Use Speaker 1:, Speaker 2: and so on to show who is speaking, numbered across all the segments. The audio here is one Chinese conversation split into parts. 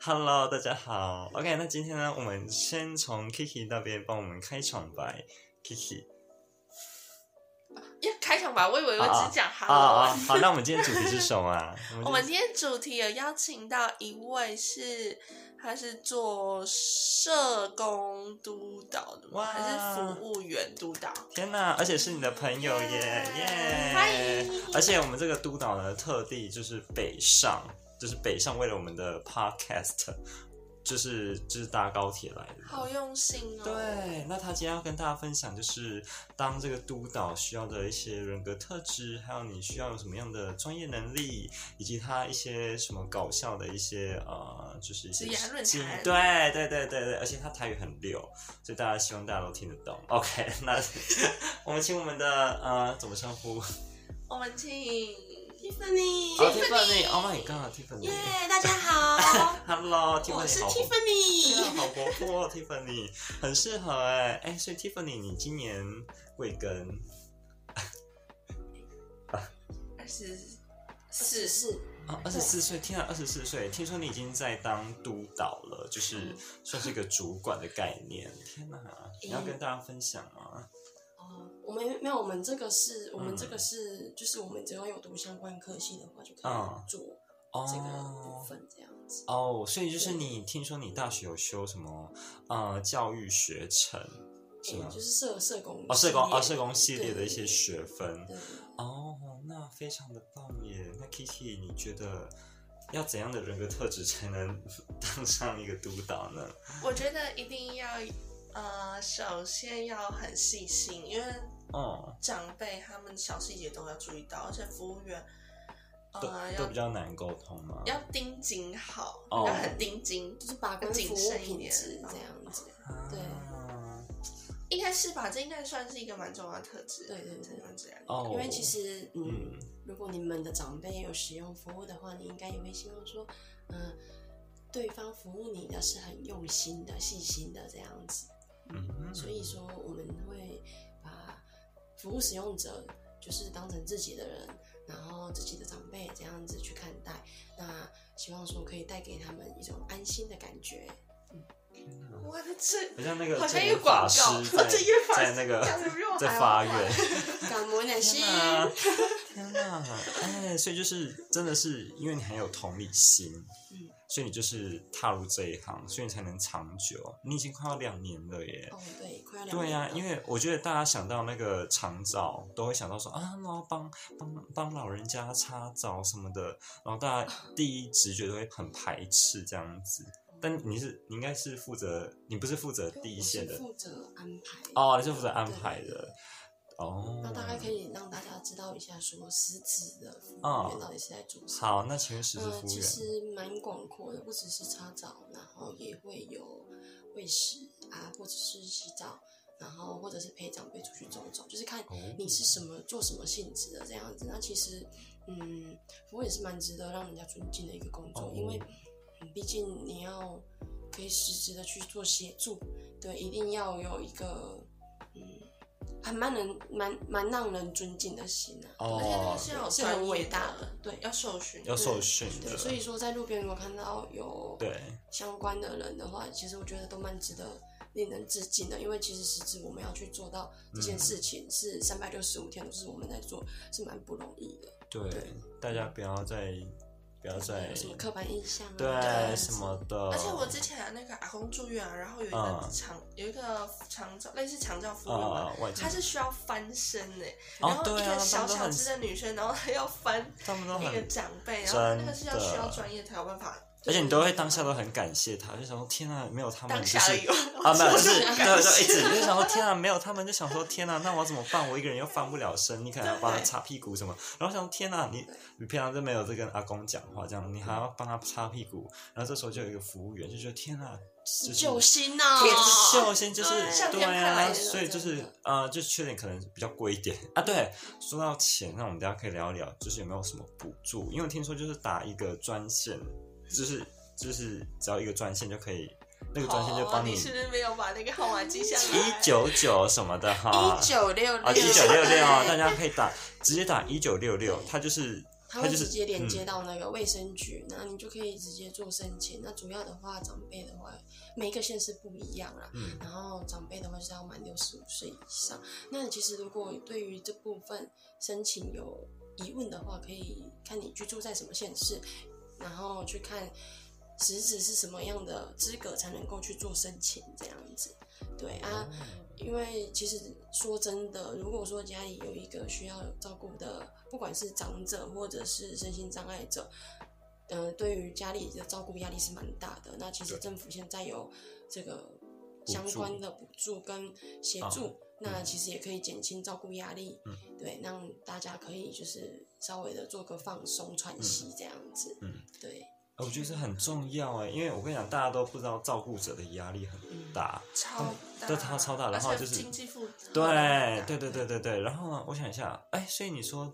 Speaker 1: Hello，大家好。OK，那今天呢，我们先从 Kiki 那边帮我们开场白。Kiki，
Speaker 2: 要 开场吧？我以为我
Speaker 1: 啊
Speaker 2: 只讲
Speaker 1: 啊
Speaker 2: hello
Speaker 1: 啊，
Speaker 2: 啊。
Speaker 1: 好，那我们今天主题是什么 啊？
Speaker 2: 我们今天主题有邀请到一位是，他是做社工督导的
Speaker 1: 哇
Speaker 2: 吗？还是服务员督导？
Speaker 1: 天哪！而且是你的朋友耶耶
Speaker 2: 嗨！
Speaker 1: 而且我们这个督导呢，特地就是北上，就是北上为了我们的 podcast，就是就是搭高铁来
Speaker 2: 好
Speaker 1: 的。
Speaker 2: 用心哦。
Speaker 1: 对，那他今天要跟大家分享，就是当这个督导需要的一些人格特质，还有你需要有什么样的专业能力，以及他一些什么搞笑的一些呃，就是一些
Speaker 2: 职业论坛
Speaker 1: 经对对对对对，而且他台语很溜，所以大家希望大家都听得懂。OK，那 我们请我们的呃，怎么称呼？哦
Speaker 2: 我们请
Speaker 3: Tiffany，
Speaker 1: 啊，Tiffany，Oh my God，Tiffany，Hello，Tiffany，
Speaker 3: 耶大家 好，
Speaker 1: Hello，Tiffany，
Speaker 3: 我是
Speaker 1: 好活泼对啊
Speaker 3: Tiffany。
Speaker 1: 好活泼、哦、，Tiffany 很适合哎、哎、所以 Tiffany 你今年贵庚？
Speaker 2: 二十
Speaker 3: 是
Speaker 2: 四，
Speaker 3: 是，
Speaker 1: 啊，二十四岁，天啊，二十四岁！听说你已经在当督导了，
Speaker 3: 嗯
Speaker 1: 就是算是一个主管的概念。天哪、你要跟大家分享吗？
Speaker 3: 哦，我们没有，我们这个是我
Speaker 1: 嗯
Speaker 3: 们这个是，就是我们只要有读相关科系的话，就可
Speaker 1: 嗯
Speaker 3: 以做这个部
Speaker 1: 哦
Speaker 3: 分这样子。
Speaker 1: 哦，所以就是你听说你大学有修什么呃教育学程是
Speaker 3: 诶
Speaker 1: 吗
Speaker 3: 就？是社社工
Speaker 1: 哦，社工
Speaker 3: 系列
Speaker 1: 哦，社工系列的一些学。分
Speaker 3: 对对对对
Speaker 1: 哦，那非常的棒耶！那 Kiki，你觉得要怎样的人格特质才能 当上一个督导呢？
Speaker 2: 我觉得一定要，呃，首先要很细心，因为
Speaker 1: 哦，
Speaker 2: 长辈他们小细节都要注意到，而且服务员，
Speaker 1: 都
Speaker 2: 呃，
Speaker 1: 都
Speaker 2: 要
Speaker 1: 比较难沟通吗？
Speaker 2: 要盯紧好，
Speaker 1: 哦
Speaker 2: 要很盯紧，
Speaker 3: 就是把关
Speaker 2: 谨
Speaker 3: 服务
Speaker 2: 慎一
Speaker 3: 品
Speaker 2: 点嗯
Speaker 3: 质这样子。对
Speaker 1: 啊
Speaker 2: 应该是吧？这应该算是一个蛮重要的特质。
Speaker 3: 对对对
Speaker 2: 才能这样。
Speaker 1: 哦，
Speaker 3: 因为其实，嗯，
Speaker 1: 嗯，
Speaker 3: 如果你们的长辈有使用服务的话，你应该也会希望说，嗯、对方服务你的是很用心的、细心的这样子。
Speaker 1: 嗯
Speaker 3: 所以说，我们会把服务使用者就是当成自己的人，然后自己的长辈这样子去看待。那希望说可以带给他们一种安心的感觉。
Speaker 2: 我的这
Speaker 1: 很像那个
Speaker 2: 好像
Speaker 1: 正
Speaker 2: 一个
Speaker 1: 言法
Speaker 2: 广告
Speaker 1: 师
Speaker 2: 哦正言法
Speaker 1: 在
Speaker 2: 师
Speaker 1: 那个
Speaker 2: 讲得比我
Speaker 1: 在
Speaker 2: 还
Speaker 1: 发
Speaker 2: 好
Speaker 1: 愿，
Speaker 3: 感恩的心
Speaker 1: 天，哪，天哪，哎，所以就是真的是因为你很有同理心，
Speaker 3: 嗯
Speaker 1: 所以你就是踏入这一行，所以你才能长久。你已经快要两年了耶，
Speaker 3: 哦，对，快要两
Speaker 1: 对
Speaker 3: 年
Speaker 1: 呀、
Speaker 3: 了
Speaker 1: 因为我觉得大家想到那个长照，都会想到说啊，然后帮帮帮老人家擦澡什么的，然后大家第一直觉都会很排斥这样子。但你是你应该是负责，你不是负责第一线
Speaker 3: 我
Speaker 1: 的
Speaker 3: 是负责安排。
Speaker 1: 哦，你是负责安
Speaker 3: 对
Speaker 1: 排的。哦。
Speaker 3: 那大概可以让大家知道一下，说实质的服务
Speaker 1: 哦
Speaker 3: 员到底是在做什么。
Speaker 1: 好，那请问实职
Speaker 3: 呃，
Speaker 1: 服务
Speaker 3: 其
Speaker 1: 员、
Speaker 3: 实蛮广阔的，不只是擦澡，然后也会有喂食啊，或者是洗澡，然后或者是陪长辈出去走走，就是看
Speaker 1: 哦
Speaker 3: 你是什么做什么性质的这样子。那其实，嗯，服务也是蛮值得让人家尊敬的一个工作，
Speaker 1: 哦
Speaker 3: 因为嗯毕竟你要可以实质的去做协助，对，一定要有一个嗯，还蛮人蛮蛮让人尊敬的心啊。
Speaker 2: 而且那
Speaker 1: 哦
Speaker 2: 个，是要有
Speaker 3: 是
Speaker 2: 专
Speaker 3: 很
Speaker 2: 业
Speaker 3: 伟大的对
Speaker 2: 要受训，
Speaker 1: 要受训
Speaker 3: 对，
Speaker 1: 的，
Speaker 3: 所以说在路边如果看到有
Speaker 1: 啊对
Speaker 3: 相关的人的话，其实我觉得都蛮值得令人致敬的，因为其实实质我们要去做到这件事
Speaker 1: 嗯
Speaker 3: 情是三百六十五天都是我们在做，是蛮不容易的。
Speaker 1: 对，大家不要再不要再
Speaker 3: 有什么刻板印象啊？
Speaker 1: 对什么的，
Speaker 2: 而且我之前那个阿公住院啊，然后有一个
Speaker 1: 哦嗯
Speaker 2: 长、有一个长照类似长照服务员吧，
Speaker 1: 啊，外
Speaker 2: 她
Speaker 1: 籍
Speaker 2: 是需要翻身的、
Speaker 1: 哦
Speaker 2: 然后
Speaker 1: 对啊
Speaker 2: 一个
Speaker 1: 他们
Speaker 2: 小
Speaker 1: 都
Speaker 2: 小
Speaker 1: 很
Speaker 2: 只的女生，然后她要翻
Speaker 1: 他们都
Speaker 2: 那个
Speaker 1: 很
Speaker 2: 长辈，然后那个是要
Speaker 1: 真的
Speaker 2: 需要专业才有办法，
Speaker 1: 而且你都会当下都很感谢他，就想说天啊，没有他们
Speaker 2: 当
Speaker 1: 就
Speaker 2: 下
Speaker 1: 是
Speaker 2: 而已。
Speaker 1: 啊，没有，就是
Speaker 2: 我
Speaker 1: 对
Speaker 2: 就
Speaker 1: 对，就一 直你就想说天啊，没有他们就想说天啊，那我要怎么办？我一个人又翻不了身，你可能要帮他擦屁股什么，然后想说天啊，你你平常都没有在跟阿公讲话，这样你还要帮他擦屁股，然后这时候就有一个服务员就觉得天啊，就是
Speaker 3: 救星呐、啊！
Speaker 1: 铁之秀先就是
Speaker 3: 哦
Speaker 2: 对
Speaker 1: 对
Speaker 2: 向天派来
Speaker 1: 啊，
Speaker 2: 的
Speaker 1: 所以就
Speaker 3: 真
Speaker 1: 是
Speaker 3: 的
Speaker 1: 呃，就缺点可能比较贵一点啊。对， 说到钱，那我们大家可以聊一聊，就是有没有什么补助？因为我听说就是打一个专线，就是就是只要一个专线就可以，那个专线就帮
Speaker 2: 啊
Speaker 3: 哦
Speaker 2: 你是不是没有把那个号码记下来？
Speaker 1: 一九九什么的哈，
Speaker 3: 一九六
Speaker 1: 啊
Speaker 3: 六，
Speaker 1: 一九六六，大家可以打直接打一九六六，它就是
Speaker 3: 它
Speaker 1: 它
Speaker 3: 会
Speaker 1: 就是
Speaker 3: 直接连
Speaker 1: 嗯
Speaker 3: 接到那个卫生局，那、你就可以直接做申请。那主要的话，长辈的话，每一个县市不一样啦。
Speaker 1: 嗯，
Speaker 3: 然后长辈的话就是要满六十五岁以上。那其实如果对于这部分申请有疑问的话，可以看你居住在什么县市，然后去看实质是什么样的资格才能够去做申请这样子。对
Speaker 1: 哦
Speaker 3: 啊，因为其实说真的，如果说家里有一个需要照顾的，不管是长者或者是身心障碍者，呃，对于家里的照顾压力是蛮大的。那其实
Speaker 1: 对
Speaker 3: 政府现在有这个
Speaker 1: 助
Speaker 3: 相关的补助跟协助，
Speaker 1: 啊
Speaker 3: 那其实也可以减轻照顾压力，
Speaker 1: 嗯
Speaker 3: 对，让大家可以就是稍微的做个放松喘息这样子，
Speaker 1: 嗯，
Speaker 3: 对，
Speaker 1: 我觉得这很重要哎，因为我跟你讲，大家都不知道照顾者的压力很
Speaker 3: 嗯，
Speaker 1: 大，
Speaker 2: 超大，
Speaker 1: 对它超大然后
Speaker 2: 而且
Speaker 1: 就是
Speaker 2: 经济负啊荷很
Speaker 1: 对
Speaker 2: 大
Speaker 1: 对对对对对。然后呢，我想一下，哎，所以你说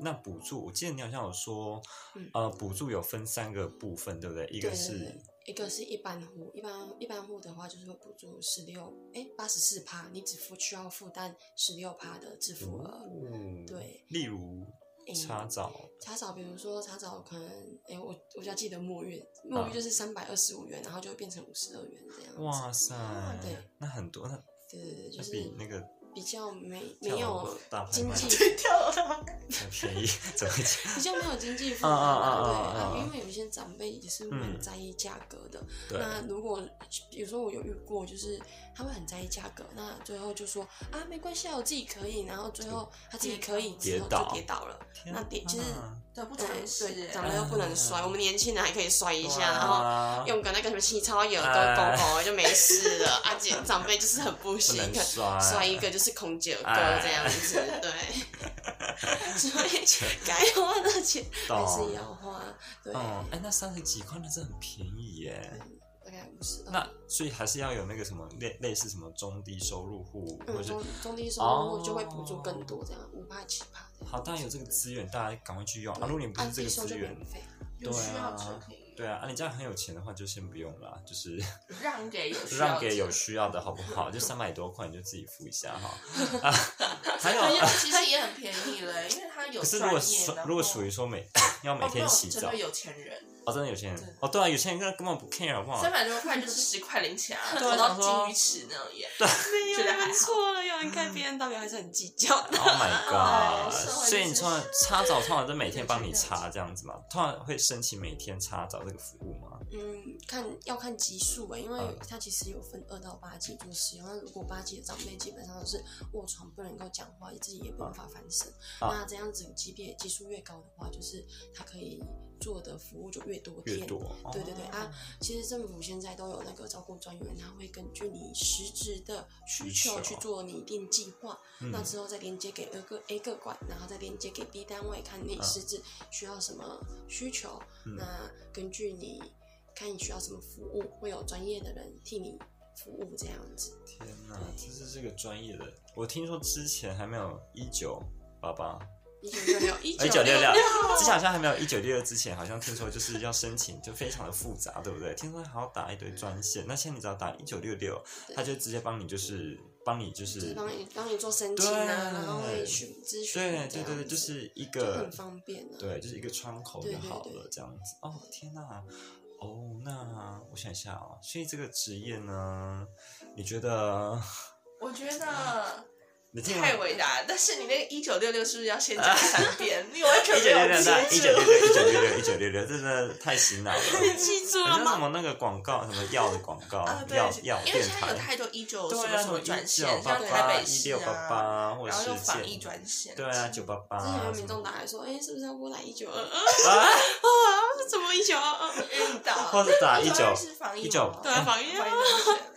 Speaker 1: 那补助，我记得你好像有说，
Speaker 3: 嗯
Speaker 1: 呃，补助有分三个部分，对不对？一
Speaker 3: 对
Speaker 1: 个是
Speaker 3: 对对一个是一般户，一般一般户的话就是会补助十六，哎，八十四趴，你只付需要负担十六趴的支付额。
Speaker 1: 哦
Speaker 3: 嗯对，
Speaker 1: 例如
Speaker 3: 诶
Speaker 1: 擦澡，
Speaker 3: 茶澡，比如说茶澡可能，哎、我我就要记得墨月，墨
Speaker 1: 啊
Speaker 3: 月就是三百二十五元，然后就会变成五十二元这样子。
Speaker 1: 哇塞
Speaker 3: 对，
Speaker 1: 那很多，那
Speaker 3: 对对对，就
Speaker 1: 那
Speaker 3: 是
Speaker 1: 比那个
Speaker 3: 比较没
Speaker 1: 跳
Speaker 3: 没
Speaker 1: 楼
Speaker 3: 有
Speaker 1: 大排
Speaker 3: 经
Speaker 1: 卖
Speaker 3: 济
Speaker 2: 对跳了。
Speaker 1: 还便宜，怎么讲？
Speaker 3: 比较没有经 济负
Speaker 1: 啊
Speaker 3: 担
Speaker 1: 啊啊
Speaker 3: 啊，
Speaker 1: 啊
Speaker 3: 对
Speaker 1: 啊啊
Speaker 3: 啊，因为有一些长辈也是蛮
Speaker 1: 嗯
Speaker 3: 在意价格的。
Speaker 1: 对，
Speaker 3: 那如果比如说我有遇过，就是他会很在意价格，那最后就说啊没关系，啊，我自己可以，然后最后他自己可以之后
Speaker 1: 跌倒
Speaker 3: 就跌倒啊了，
Speaker 1: 天
Speaker 3: 那点其实
Speaker 1: 哪
Speaker 2: 对，不欸
Speaker 3: 对
Speaker 2: 尝试
Speaker 3: 对，长得又不能摔，
Speaker 1: 啊
Speaker 3: 我们年轻人还可以摔一下，
Speaker 1: 对
Speaker 3: 然后。
Speaker 1: 啊
Speaker 3: 用个那个什么气超油都
Speaker 1: 哎
Speaker 3: 狗狗就没事了，啊，姐长辈就是很不
Speaker 1: 不
Speaker 3: 行，
Speaker 1: 能
Speaker 3: 可
Speaker 1: 摔
Speaker 3: 摔一个就是空姐哥
Speaker 1: 哎
Speaker 3: 这样子， 对，所以该花的钱还是
Speaker 1: 懂
Speaker 3: 要花，对，
Speaker 1: 哦，哎，那三十几块，那真的很便宜耶。
Speaker 3: 大概五十
Speaker 1: 那所以还是要有那个什么类类似什么中低收入户，或
Speaker 3: 嗯，
Speaker 1: 者
Speaker 3: 中中低收入就会补助更多，这样五趴七趴。
Speaker 1: 哦好，大家有这个资源，大家赶快去用啊！
Speaker 3: 对
Speaker 1: 如果你不是
Speaker 3: 按
Speaker 1: 这
Speaker 3: 低
Speaker 1: 个
Speaker 3: 收
Speaker 1: 资
Speaker 3: 就
Speaker 1: 源，
Speaker 3: 免 费，
Speaker 2: 有需要就
Speaker 1: 啊
Speaker 2: 可以
Speaker 1: 对啊，啊你这样很有钱的话，就先不用啦，就是
Speaker 2: 让给有需 要
Speaker 1: 让给有
Speaker 3: 啊
Speaker 2: 者
Speaker 1: 需要的好不 好？就三百多块，你就自己付一下哈。啊，还
Speaker 2: 哎
Speaker 1: 有
Speaker 2: 呀，，其实也很便宜了，欸因为他有
Speaker 1: 可是如果
Speaker 2: 专业
Speaker 1: 说
Speaker 2: 然后
Speaker 1: 如果属于说每 要每
Speaker 2: 哦没
Speaker 1: 天
Speaker 2: 有
Speaker 1: 洗
Speaker 2: 针
Speaker 1: 澡
Speaker 2: 对，有钱人，
Speaker 1: 哦，真的有钱人
Speaker 3: 对
Speaker 1: 哦，对啊，有钱人根本不 care 好不好
Speaker 2: 三？百多块就是十块零钱 啊，
Speaker 1: 哦对啊
Speaker 2: 走
Speaker 1: 想
Speaker 2: 到
Speaker 1: 说
Speaker 2: 金鱼池那种耶。
Speaker 3: 没
Speaker 2: 觉得还好
Speaker 3: 错了，有人看别人到表还是很计较的。
Speaker 1: Oh my
Speaker 2: 哎
Speaker 1: god！
Speaker 2: 社会
Speaker 1: 所以你
Speaker 2: 就是
Speaker 1: 通常擦澡，通常都每天帮你
Speaker 3: 有钱人
Speaker 1: 擦这样子嘛？通常会申请每天擦澡这个服务吗？
Speaker 3: 嗯，看要看级数啊吧，因为
Speaker 1: 嗯
Speaker 3: 它其实有分二到八级做使用。那如果八级的长辈基本上都是卧床，不能够讲话，自己也没办法翻身。
Speaker 1: 啊
Speaker 3: 那这样子级别级数越高的话，就是他可以做的服务就越多天。
Speaker 1: 越多，
Speaker 3: 对对对
Speaker 1: 哦
Speaker 3: 啊，其实政府现在都有那个照顾专员，他会根据你实质的需
Speaker 1: 需求
Speaker 3: 求去做拟定计划，
Speaker 1: 嗯
Speaker 3: 那之后再连接给 A 个 A 个管，然后再连接给 B 单位，看你实质需要什么需求，
Speaker 1: 啊嗯
Speaker 3: 那根据你看你需要什么服务，会有专业的人替你服务这样 子。
Speaker 1: 天哪，这是这个专业的。我听说之前还没有一九八八，啊
Speaker 3: 一九六六，一
Speaker 1: 一
Speaker 3: 九
Speaker 1: 九六
Speaker 3: 六
Speaker 1: 六，之前好像还没有一九六六之前，好像听说就是要申请，就非常的复杂，对不对？听说还要打一堆专线，那现在你只要打一九六六，他就直接帮你就是帮你就
Speaker 3: 就是
Speaker 1: 是。
Speaker 3: 帮你帮你做申请啊，
Speaker 1: 对
Speaker 3: 然后会询咨询，
Speaker 1: 对对对对，就是一个
Speaker 3: 就很方便啊
Speaker 1: 对，就是一个窗口就好
Speaker 3: 对对
Speaker 1: 了
Speaker 3: 对，
Speaker 1: 这样子。哦，天哪、哦，那我想一下哦，所以这个职业呢，你觉得
Speaker 2: 我觉得
Speaker 1: 你听
Speaker 2: 太伟大了，但是你那个一九六六是不是要先 讲三遍？你完全
Speaker 1: 一
Speaker 2: 没
Speaker 1: 九六
Speaker 2: 有
Speaker 1: 六
Speaker 2: 记
Speaker 1: 那一
Speaker 2: 住
Speaker 1: 九六六一九六六一九六六，真的太洗脑了。
Speaker 3: 记住
Speaker 1: 很
Speaker 3: 了
Speaker 1: 像什
Speaker 3: 吗？
Speaker 1: 么那个广告，什么药的广告
Speaker 2: 啊，，对
Speaker 1: 药药，
Speaker 2: 因为
Speaker 1: 电
Speaker 2: 现在有
Speaker 1: 台，
Speaker 2: 太多一九什
Speaker 1: 对
Speaker 2: 么
Speaker 1: 啊，
Speaker 2: 什么
Speaker 1: 一
Speaker 2: 转
Speaker 1: 九
Speaker 2: 线，
Speaker 1: 八
Speaker 2: 像台
Speaker 1: 八
Speaker 2: 北
Speaker 1: 一
Speaker 2: 市
Speaker 1: 六八
Speaker 2: 啊，
Speaker 1: 八，或者
Speaker 2: 然后
Speaker 1: 是
Speaker 2: 又防疫
Speaker 1: 健
Speaker 2: 转线，
Speaker 1: 对啊，九八八。
Speaker 3: 之前有民
Speaker 1: 啊什么
Speaker 3: 众打来说，哎、是不是要拨打一九二二
Speaker 1: 啊，
Speaker 3: 啊？怎么一九二二？
Speaker 2: 晕
Speaker 1: 或
Speaker 2: 倒。
Speaker 1: 是 打一九
Speaker 2: 19是啊防疫
Speaker 1: 19
Speaker 2: 吗
Speaker 3: 对啊， 防御
Speaker 2: 防
Speaker 3: 啊
Speaker 2: 疫转线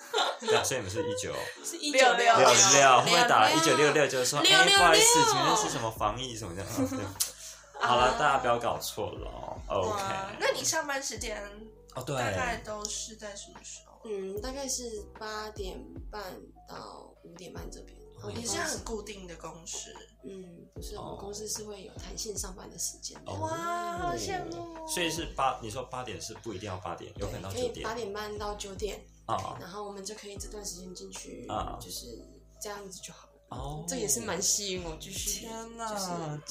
Speaker 1: 对啊，所以你们是一九
Speaker 3: 是一
Speaker 2: 六六
Speaker 1: 六六，
Speaker 3: 六啊
Speaker 1: 会打一九六
Speaker 3: 六
Speaker 1: 六，就是说，哎，
Speaker 3: 六
Speaker 1: 不好意思，
Speaker 3: 六
Speaker 1: 前面是什么防疫什么的。啊对好了，大家不要搞错了哦。
Speaker 2: 哇
Speaker 1: OK，
Speaker 2: 那你上班时间
Speaker 1: 哦
Speaker 2: 大概
Speaker 1: 对，
Speaker 2: 都是在什么时候？
Speaker 3: 嗯，大概是八点半到五点半这边，
Speaker 1: 哦
Speaker 2: 也是很固定的工时，
Speaker 3: 啊嗯，不是，我
Speaker 1: 哦
Speaker 3: 们公司是会有弹性上班的时间的。
Speaker 1: 哦
Speaker 2: 哇，好羡慕哦。
Speaker 1: 所以是八，你说八点是不一定要八点，有
Speaker 3: 对
Speaker 1: 可能到
Speaker 3: 可
Speaker 1: 九
Speaker 3: 以
Speaker 1: 点
Speaker 3: 八点半到九点，
Speaker 1: 啊。
Speaker 3: 然后我们就可以这段时间进去
Speaker 1: 啊，
Speaker 3: 就是这样子就好了。
Speaker 1: 哦，
Speaker 3: 这也是蛮吸引我继续。
Speaker 1: 天哪，
Speaker 3: 就是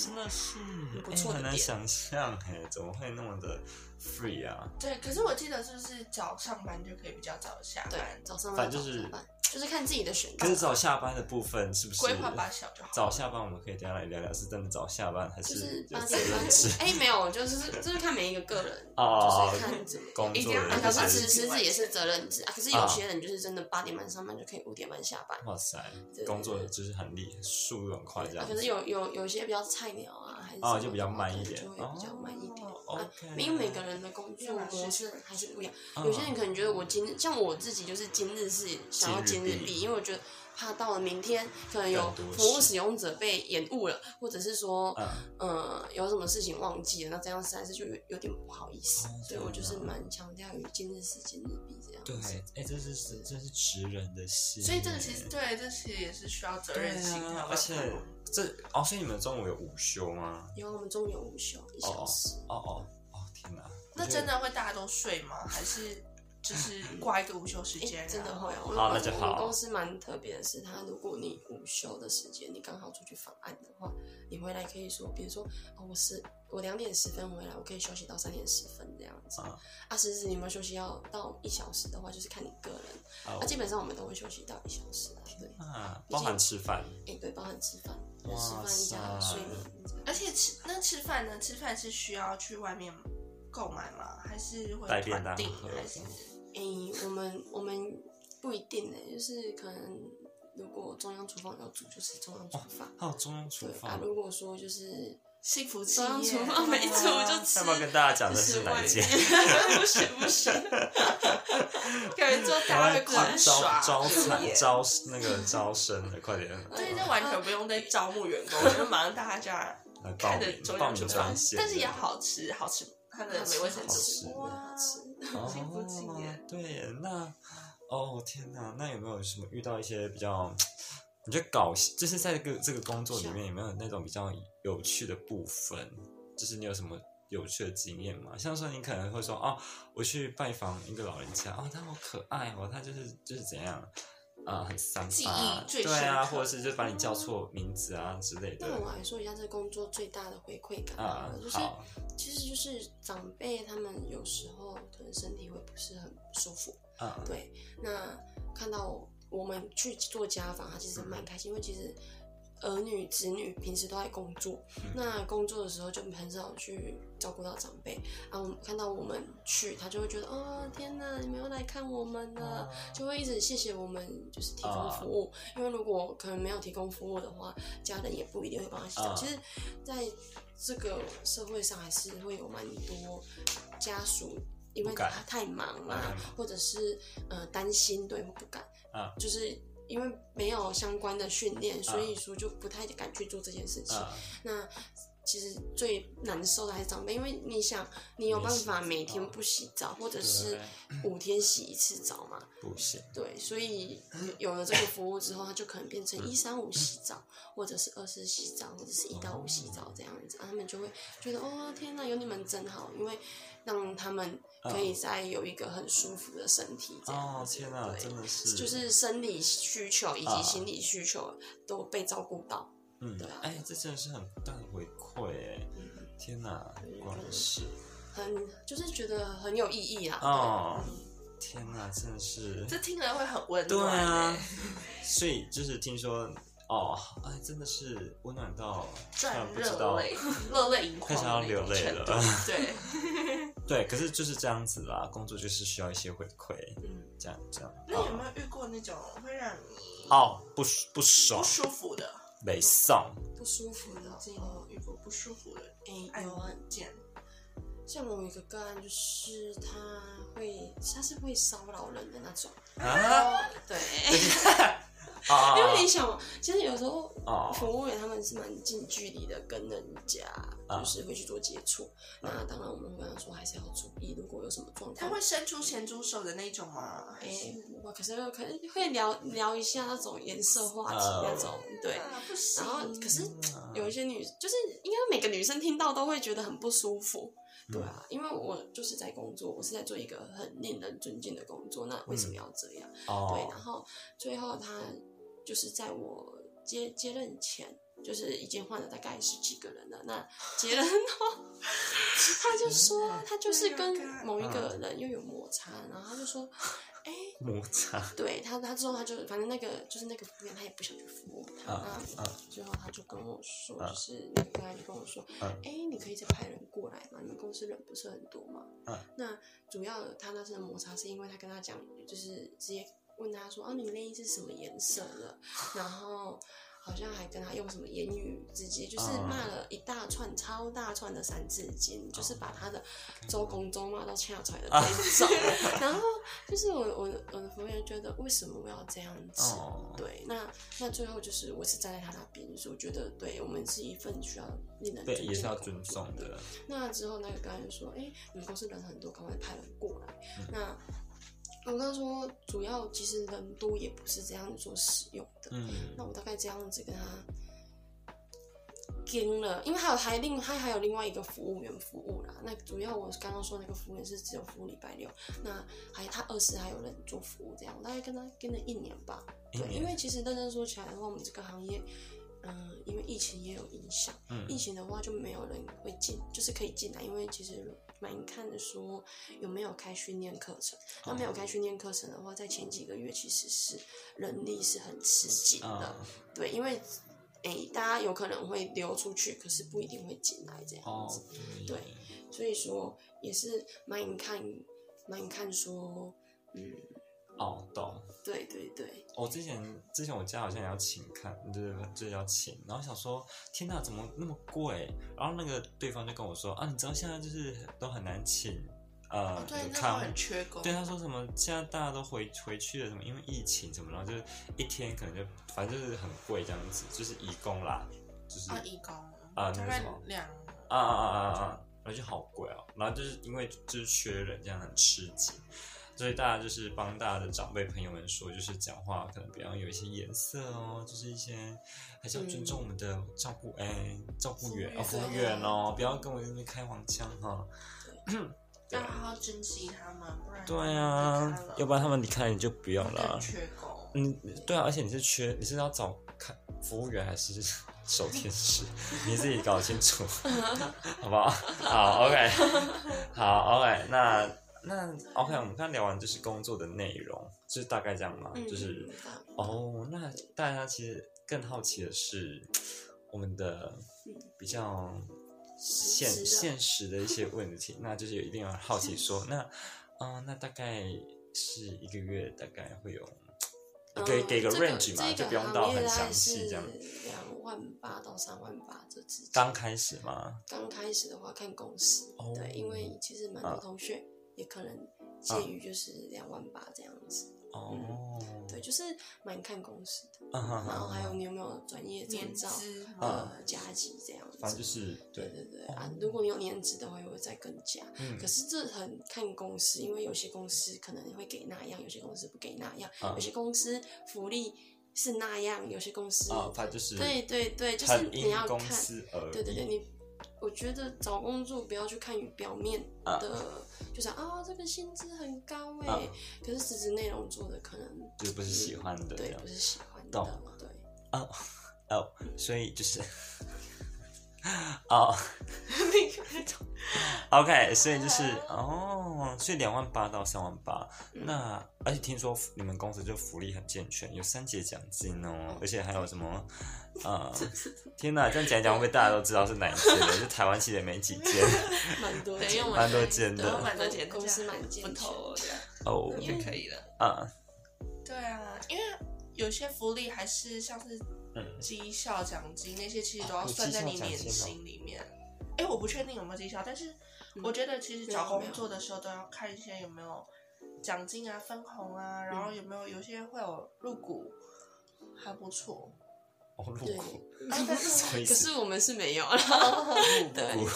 Speaker 1: 真的是
Speaker 3: 很不
Speaker 1: 哎
Speaker 3: 错的
Speaker 1: 很难
Speaker 3: 点
Speaker 1: 想象哎，怎么会那么的 free 啊？
Speaker 2: 对，可是我记得是不是早上班就可以比较早下
Speaker 3: 对
Speaker 2: 班，，
Speaker 3: 早上
Speaker 1: 反正就是
Speaker 3: 嗯早上班就是看自己的选择
Speaker 1: 可。是早下班的部分是不是
Speaker 2: 规划八小就好
Speaker 1: 早下班我们可以等一下来聊聊，是真的早下班还
Speaker 3: 就是
Speaker 1: 就
Speaker 3: 八
Speaker 1: 是
Speaker 3: 点半
Speaker 1: 吃？
Speaker 3: 哎、没有，就是就是看每一个个人，
Speaker 1: 哦
Speaker 3: 就是看怎么样。
Speaker 1: 工
Speaker 2: 一定
Speaker 1: 作
Speaker 2: 要
Speaker 1: 人
Speaker 3: 啊，
Speaker 2: 按
Speaker 3: 可
Speaker 2: 照
Speaker 1: 就
Speaker 2: 自
Speaker 3: 是
Speaker 2: 己
Speaker 1: 是
Speaker 3: 其实自己也是责任制啊。可是有些人就是真的八点半上班就可以五点半下班，啊
Speaker 1: 哇塞
Speaker 3: 对，
Speaker 1: 工作就是很厉害，速度很快这
Speaker 3: 啊
Speaker 1: 样。
Speaker 3: 可是有有有一些比较菜鸟啊，还是
Speaker 1: 哦
Speaker 3: 什么
Speaker 1: 就比较
Speaker 3: 的话
Speaker 1: 慢一
Speaker 3: 可能
Speaker 1: 点
Speaker 3: 就会比较慢一点。
Speaker 1: 哦
Speaker 3: 啊
Speaker 1: OK
Speaker 3: 因为每个人的工作模式还是不一样，
Speaker 1: 嗯
Speaker 3: 有些人可能觉得我今日像我自己就是今日是想要今日
Speaker 1: 今日毕
Speaker 3: 毕，因为我觉得怕到了明天可能有
Speaker 1: 更多
Speaker 3: 服务
Speaker 1: 事
Speaker 3: 使用者被延误了，或者是说
Speaker 1: 嗯
Speaker 3: 呃有什么事情忘记了，那这样实在是就有有点不好意思
Speaker 1: 哦，
Speaker 3: 所以
Speaker 1: 对
Speaker 3: 我就是
Speaker 1: 啊
Speaker 3: 蛮强调于今日事今日毕这样
Speaker 1: 对
Speaker 3: 子。，
Speaker 1: 哎，这是是这是职人的心，
Speaker 2: 所以这个其实对，这其实也是需要责任心
Speaker 1: 对
Speaker 2: 才
Speaker 1: 啊
Speaker 2: 有办法，
Speaker 1: 而且这哦，所以你们中午有午休吗？
Speaker 3: 因为我们中午有午休一小时，
Speaker 1: 哦哦哦，天哪！
Speaker 2: 那真
Speaker 1: 的
Speaker 2: 的会大家都睡吗？还是就是挂一个午休时
Speaker 3: 诶
Speaker 2: 间？
Speaker 3: 真的
Speaker 2: 然后
Speaker 3: 会。我们
Speaker 1: 好那就
Speaker 3: 我
Speaker 1: 好
Speaker 3: 们公司蛮特别的是，他如果你午休的时间，你刚好出去访案的话，你回来可以说，比如说，哦，我是我两点十分回来，我可以休息到三点十分这样子。
Speaker 1: 啊
Speaker 3: 啊，实质你们休息要到一小时的话，就是看你个人。
Speaker 1: 哦
Speaker 3: 啊，基本上我们都会休息到一小时啊，对，
Speaker 1: 啊，包含吃饭，
Speaker 3: 诶，对，包含吃饭，
Speaker 1: 哇
Speaker 3: 吃饭加
Speaker 1: 塞
Speaker 3: 睡眠这样。
Speaker 2: 而且吃那吃饭呢？吃饭是需要去外面购买吗？还是会
Speaker 1: 带便当
Speaker 2: 团订？
Speaker 1: 盒
Speaker 2: 还是
Speaker 3: 诶、我们我们不一定呢、就是可能如果中央厨房有煮，就是中
Speaker 1: 哦
Speaker 3: 央厨房。
Speaker 1: 还有中央厨
Speaker 3: 对啊
Speaker 1: 房，。
Speaker 3: 如果说就是
Speaker 2: 幸福企
Speaker 3: 中央
Speaker 2: 业？啊
Speaker 3: 厨房没煮就吃，
Speaker 1: 要不要跟大家讲
Speaker 3: 就
Speaker 1: 的
Speaker 3: 是
Speaker 1: 是哪
Speaker 3: 外
Speaker 1: 一
Speaker 3: 面
Speaker 1: 间？
Speaker 3: 不行不行，
Speaker 2: 感觉做大家会狂
Speaker 1: 招
Speaker 2: 耍，
Speaker 1: 招惨招那个招生的，快点
Speaker 2: 对，这完全不用再招募员 工，就马上大家
Speaker 1: 来报
Speaker 2: 看着
Speaker 1: 名
Speaker 2: 中
Speaker 1: 报
Speaker 2: 央厨
Speaker 1: 名
Speaker 2: 房
Speaker 1: 专，线，
Speaker 2: 但是也好吃，好吃，它的美味程
Speaker 1: 好吃
Speaker 2: 度
Speaker 1: 好
Speaker 2: 哇，
Speaker 1: 哦
Speaker 2: 幸福企业。
Speaker 1: 对，那哦天哪，那有没有什么遇到一些比较？你觉得搞笑就是在这个这个工作里面有没有那种比较有趣的部分？就是你有什么有趣的经验吗？像说你可能会说哦，我去拜访一个老人家，哦，他好可爱哦，他就是就是怎样啊、很三
Speaker 2: 记忆
Speaker 1: 八，
Speaker 2: 最
Speaker 1: 对啊，
Speaker 2: 深刻
Speaker 1: 或者是就把你叫错名字啊之类的
Speaker 3: 哦那我来说一下这工作最大的回馈感好
Speaker 1: 啊
Speaker 3: 了，，就是
Speaker 1: 好，
Speaker 3: 其实就是长辈他们有时候可能身体会不是很舒服，
Speaker 1: 啊，
Speaker 3: 对，那看到我我们去做家访，他其实
Speaker 1: 嗯
Speaker 3: 蛮开心，因为其实儿女子女平时都在工作，
Speaker 1: 嗯
Speaker 3: 那工作的时候就很少去照顾到长辈啊。我们看到我们去，他就会觉得哦，天哪，你们又来看我们
Speaker 1: 哦
Speaker 3: 了。就会一直谢谢我们，就是提供服务，因为如果可能没有提供服务的话，家人也不一定会帮他洗澡。
Speaker 1: 啊
Speaker 3: 其实，在这个社会上，还是会有蛮多家属，因为
Speaker 1: 不
Speaker 3: 他
Speaker 1: 敢
Speaker 3: 太忙啦、
Speaker 1: 啊
Speaker 3: 或者是呃担心，对，或不敢，
Speaker 1: 啊
Speaker 3: 就是因为没有相关的训练，所以说就不太敢去做这件事情。
Speaker 1: 啊，
Speaker 3: 那其实最难受的还是长辈，因为你想，你有办法每天不洗澡，或者是五天洗一次澡嘛？
Speaker 1: 不行，
Speaker 3: 对，所以有了这个服务之后，它就可能变
Speaker 1: 嗯
Speaker 3: 成一三五洗澡，或者是二四洗澡，或者是一到五洗
Speaker 1: 哦
Speaker 3: 澡这样子，啊他们就会觉得哦天哪，有你们真好，因为让他们可以再有一个很舒服的身体这样
Speaker 1: 嗯哦
Speaker 3: 子。
Speaker 1: 天哪，
Speaker 3: 对
Speaker 1: 真的是
Speaker 3: 就是生理需求以
Speaker 1: 啊
Speaker 3: 及心理需求都被照顾到，
Speaker 1: 嗯
Speaker 3: 对啊，
Speaker 1: 哎、这真的是很大的回馈哎！
Speaker 3: 嗯
Speaker 1: 天哪
Speaker 3: 对，
Speaker 1: 果然是
Speaker 3: 很就是觉得很有意义啦。
Speaker 1: 哦
Speaker 3: 对嗯，
Speaker 1: 天哪，真的是
Speaker 2: 这听了会很温
Speaker 1: 对
Speaker 2: 暖、
Speaker 1: 啊
Speaker 2: 欸，。
Speaker 1: 所以就是听说哦，哎，真的是温暖到
Speaker 2: 赚
Speaker 1: 突然不知
Speaker 2: 热
Speaker 1: 道
Speaker 2: 泪，热泪盈
Speaker 1: 开
Speaker 2: 眶
Speaker 1: 始要流
Speaker 2: 的那种
Speaker 1: 泪
Speaker 2: 程
Speaker 1: 了
Speaker 2: 度。 对，
Speaker 1: 对，可是就是这样子啦，工作就是需要一些回馈，
Speaker 3: 嗯，
Speaker 1: 这样这样
Speaker 2: 那有没有遇过那种会让你
Speaker 1: 哦，不舒不爽
Speaker 2: 不，舒服的？
Speaker 1: 没送
Speaker 3: 不舒服的，这
Speaker 2: 自己
Speaker 3: 一
Speaker 2: 有没
Speaker 3: 类
Speaker 2: 有遇过不舒服的
Speaker 3: 哎，
Speaker 2: 按
Speaker 3: 有啊，
Speaker 2: 键？
Speaker 3: 像我有一个个案，就是他会，他是会骚扰人的那种。
Speaker 1: 啊
Speaker 3: 对，
Speaker 1: 啊
Speaker 3: 因为你想，哦其实有时候
Speaker 1: 哦
Speaker 3: 服务员他们是蛮近距离的跟人家，
Speaker 1: 啊
Speaker 3: 就是会去做接触。那当然，我们会跟他说还是要注意，如果有什么状
Speaker 2: 他
Speaker 3: 况
Speaker 2: 会。伸出咸猪手的那种吗？还
Speaker 3: 哎、
Speaker 2: 是
Speaker 3: 我可是可能会聊聊一下那种颜色话题那种，对。
Speaker 2: 啊不行
Speaker 3: 然后可是
Speaker 1: 啊
Speaker 3: 有一些女，就是应该每个女生听到都会觉得很不舒服，
Speaker 1: 嗯
Speaker 3: 对啊，因为我就是在工作，我是在做一个很令人尊敬的工作，那为什么要这样？对，啊
Speaker 1: 哦
Speaker 3: 然后最后他就是在我接接任前，就是已经换了大概十几个人了。那接任后， 他就说他就是跟某一个人又有摩擦，然后他就说，哎、
Speaker 1: 摩擦
Speaker 3: 对他他之后他就反正那个就是那个服务员他也不想去服务他，
Speaker 1: 啊
Speaker 3: 那之后他就跟我说，
Speaker 1: 啊
Speaker 3: 就是那个刚才就跟我说，哎、
Speaker 1: 啊
Speaker 3: 你可以再派人过来嘛，你们公司人不是很多嘛。
Speaker 1: 啊
Speaker 3: 那主要他那次的摩擦是因为他跟他讲，就是直接问他说，哦、你内衣是什么颜色的，然后。好像还跟他用什么言语，直接就是
Speaker 1: 啊
Speaker 3: 骂了一大串、超大串的《三字经》，就是把他的周公周骂到恰出来的
Speaker 1: 啊
Speaker 3: 那一种。然后就是我我的我的服务员觉得为什么我要这样子？
Speaker 1: 哦，
Speaker 3: 对，那那最后就是我是站在他那边，就是我觉得对我们是一份需要令人
Speaker 1: 对，
Speaker 3: 尊
Speaker 1: 也是
Speaker 3: 敬的
Speaker 1: 要
Speaker 3: 工
Speaker 1: 尊
Speaker 3: 作
Speaker 1: 重。的，
Speaker 3: 那之后那个刚才就说，哎、你们公司人很多，赶快派人过来。
Speaker 1: 嗯
Speaker 3: 那我跟他说，主要其实人多也不是这样做使用的。
Speaker 1: 嗯
Speaker 3: 那我大概这样子跟他跟了，因为还有还另还还有另外一个服务员服务啦。那主要我刚刚说那个服务员是只有服务礼拜六，那还他二十还有人做服务这样，我大概跟他跟了一年吧。
Speaker 1: 一
Speaker 3: 对，
Speaker 1: 年
Speaker 3: 因为其实认真说起来的话，我们这个行业。嗯，因为疫情也有影响，
Speaker 1: 嗯
Speaker 3: 疫情的话就没有人会进，就是可以进来，因为其实蛮看说有没有开训练课程。那没有
Speaker 1: 哦
Speaker 3: 开训练课程的话，在前几个月其实是人力是很吃紧的，
Speaker 1: 啊
Speaker 3: 对，因为诶、大家有可能会流出去，可是不一定会进来这样
Speaker 1: 哦
Speaker 3: 子，，对所以说也是蛮看蛮看说，嗯，
Speaker 1: 哦懂。
Speaker 3: 对对对，
Speaker 1: 我、之前之前我家好像也要请看，就是就是要请，然后想说天呐，怎么那么贵？然后那个对方就跟我说啊，你知道现在就是都很难请，呃，
Speaker 2: 哦，对，那时候
Speaker 1: 康
Speaker 2: 很缺工。
Speaker 1: 对，他说什么现在大家都回回去了，什么因为疫情什么，然后就是一天可能就反正就是很贵这样子，就是义工啦，就是
Speaker 2: 啊，义工
Speaker 1: 啊
Speaker 2: 大
Speaker 1: 那个
Speaker 2: 概
Speaker 1: 什么
Speaker 2: 两
Speaker 1: 啊啊啊啊啊！然后就好贵哦，然后就是因为就是缺人，这样很吃紧，所以大家就是帮大家的长辈朋友们说，就是讲话可能不要有一些颜色哦，就是一些还是要尊重我们的照顾哎、照顾员哦服
Speaker 2: 服务员
Speaker 1: 务员哦，不要跟我在那边开黄腔哈、对啊
Speaker 2: 要好好珍惜他们，不然
Speaker 1: 对啊，要不然
Speaker 2: 然
Speaker 1: 他们离开你就不用了
Speaker 2: 更。缺工。
Speaker 1: 嗯，对啊，而且你是缺，你是要找看服务员还是 守天使？你自己搞清楚， 好不好？好，OK，好，OK，那那 OK，我们刚聊完就是工作的内容，就是大概这样嘛，
Speaker 3: 嗯，
Speaker 1: 就是
Speaker 3: 嗯大
Speaker 1: 哦，那大家其实更好奇的是我们的
Speaker 3: 嗯
Speaker 1: 比较现
Speaker 3: 实的
Speaker 1: 现实的一些问题，那就是有一定要 好奇说，那嗯、呃那大概是一个月大概会有
Speaker 3: 嗯
Speaker 1: 给给个
Speaker 3: 这个
Speaker 1: range 嘛，
Speaker 3: 这
Speaker 1: 就
Speaker 3: 个
Speaker 1: 不用到
Speaker 3: 行业
Speaker 1: 很
Speaker 3: 大概
Speaker 1: 详细
Speaker 3: 是
Speaker 1: 这样。
Speaker 3: 两万八到三万八这之间。
Speaker 1: 刚开始嘛，
Speaker 3: 刚开始的话看公司，
Speaker 1: 哦嗯
Speaker 3: 对，因为其实蛮
Speaker 1: 啊
Speaker 3: 多同学也可能介于就是两万八这样子，
Speaker 1: 哦，
Speaker 3: 嗯对，就是蛮看公司的。
Speaker 1: 嗯哼
Speaker 3: 然后
Speaker 1: 哼
Speaker 3: 还有
Speaker 1: 哼，
Speaker 3: 你有没有专业证
Speaker 2: 年
Speaker 3: 照
Speaker 2: 资
Speaker 1: 啊
Speaker 2: 啊，
Speaker 3: 呃加级这样子？
Speaker 1: 反正就是
Speaker 3: 对
Speaker 1: 对，
Speaker 3: 对对啊！如果你有年资的话，也会再更加。
Speaker 1: 嗯
Speaker 3: 可是这很看公司，因为有些公司可能会给那样，有些公司不给那样，
Speaker 1: 啊
Speaker 3: 有些公司福利是那样，有些公司
Speaker 1: 啊，反正就是
Speaker 3: 对对对，就是
Speaker 1: 很
Speaker 3: 你
Speaker 1: 因
Speaker 3: 要
Speaker 1: 公
Speaker 3: 看。
Speaker 1: 司而
Speaker 3: 对对对，
Speaker 1: 异
Speaker 3: 你我觉得找工作不要去看表面
Speaker 1: 啊
Speaker 3: 的，就是啊、这个薪资很高哎、
Speaker 1: 啊
Speaker 3: 可是实质内容做的可能
Speaker 1: 就是不是喜欢的这
Speaker 3: 对，
Speaker 1: 样
Speaker 3: 不。是喜欢
Speaker 1: 懂
Speaker 3: 的，对。
Speaker 1: 哦，所以就是，哦
Speaker 3: 没看懂
Speaker 1: ，OK，所以就是
Speaker 2: 啊
Speaker 1: 哦，所以两万八到三万八，
Speaker 3: 嗯
Speaker 1: 那而且听说你们公司就福利很健全，有三节奖金哦，而且还有什么，呃，天哪，这样讲一讲，会不会大家都知道是哪一间了？就台湾系的没几间
Speaker 3: 蛮多
Speaker 2: 对，
Speaker 3: 间
Speaker 2: 因为我
Speaker 1: 蛮
Speaker 2: 们
Speaker 1: 多间的
Speaker 2: 对我们蛮多间的，
Speaker 3: 公公司蛮健
Speaker 2: 不
Speaker 3: 全
Speaker 2: 投这样
Speaker 1: 哦，
Speaker 2: 就可以了。
Speaker 1: 啊，
Speaker 2: 对啊，因为有些福利还是像是
Speaker 1: 嗯
Speaker 2: 绩效奖金那些，其实都
Speaker 1: 啊
Speaker 2: 要
Speaker 1: 有
Speaker 2: 算
Speaker 1: 绩
Speaker 2: 在
Speaker 1: 效
Speaker 2: 你
Speaker 1: 奖
Speaker 2: 年
Speaker 1: 金哦
Speaker 2: 薪里面。哎、我不确定有没有绩效，但是我觉得其实
Speaker 3: 没有
Speaker 2: 找
Speaker 3: 没
Speaker 2: 工
Speaker 3: 有
Speaker 2: 作的时候都要看一些有没有奖金啊、分红啊，然后有没有有些会有入股，还不错。
Speaker 1: 哦，入
Speaker 3: 对
Speaker 1: 股，
Speaker 2: 啊但是
Speaker 1: 什么意
Speaker 3: 可
Speaker 1: 思？
Speaker 3: 是我们是没有对
Speaker 1: 入股，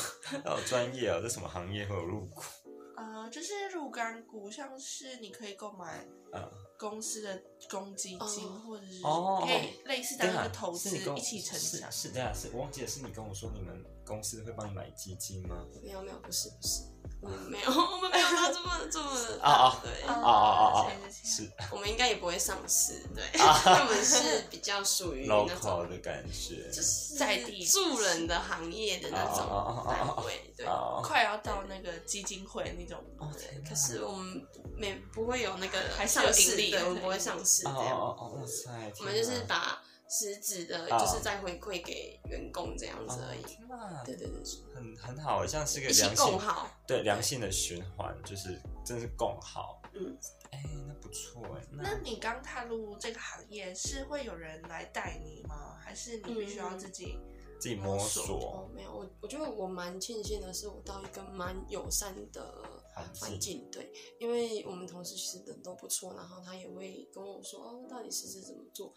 Speaker 1: 好专业哦，这什么行业会有入股？
Speaker 2: 呃，就是入干股，像是你可以购买
Speaker 1: 嗯
Speaker 2: 公司的公积金，
Speaker 3: 哦
Speaker 2: 或者是
Speaker 1: 哦
Speaker 2: 可以类似当
Speaker 1: 对
Speaker 2: 一
Speaker 1: 啊
Speaker 2: 个，投
Speaker 1: 是
Speaker 2: 资
Speaker 1: 你跟我
Speaker 2: 一起成长。
Speaker 1: 是是这样，是我忘记了，是你跟我说你们公司会帮你买基金吗？
Speaker 3: 没有没有，不是不是，我们没有，我们没有到这么这么
Speaker 1: 啊啊
Speaker 3: 对，
Speaker 1: 哦哦哦哦
Speaker 2: 是是是
Speaker 1: 是
Speaker 3: 我们应该也不会会上市，对，他们是比较属于那
Speaker 1: 啊，local
Speaker 3: 种
Speaker 1: 的感觉，
Speaker 3: 就是
Speaker 2: 在地
Speaker 3: 助人的行业的那
Speaker 1: 哦哦
Speaker 3: 种
Speaker 1: 哦哦哦
Speaker 3: 单位，对。哦
Speaker 1: 哦
Speaker 2: 快要到那个基金会那种，
Speaker 1: 啊
Speaker 3: 对可是我们没不会有那个
Speaker 2: 还是有
Speaker 3: 上市
Speaker 2: 盈利
Speaker 3: 对，
Speaker 2: 的
Speaker 3: 我们不会上市
Speaker 1: 哦
Speaker 3: 这样。
Speaker 1: 哦哦，哇塞！
Speaker 3: 我们就是
Speaker 1: 天哪
Speaker 3: 把实质的，
Speaker 1: 啊
Speaker 3: 就是再回馈给员工这样子而已
Speaker 1: 哦。天哪，
Speaker 3: 对对对，
Speaker 1: 很很好，欸像是一个
Speaker 3: 一起
Speaker 1: 良性
Speaker 3: 共好。
Speaker 1: 对良性的循环，就是真是共好。
Speaker 3: 嗯，
Speaker 1: 哎，那不错哎，
Speaker 2: 那你刚踏入这个行业，是会有人来带你吗？还是你必须要自己？
Speaker 1: 自己摸索
Speaker 3: 哦，没有，我我觉得我蛮庆幸的是，我到一个蛮友善的
Speaker 1: 环
Speaker 3: 环
Speaker 1: 境，
Speaker 3: 境，对，因为我们同事其实人都不错，然后他也会跟我说，哦，到底实质怎么做？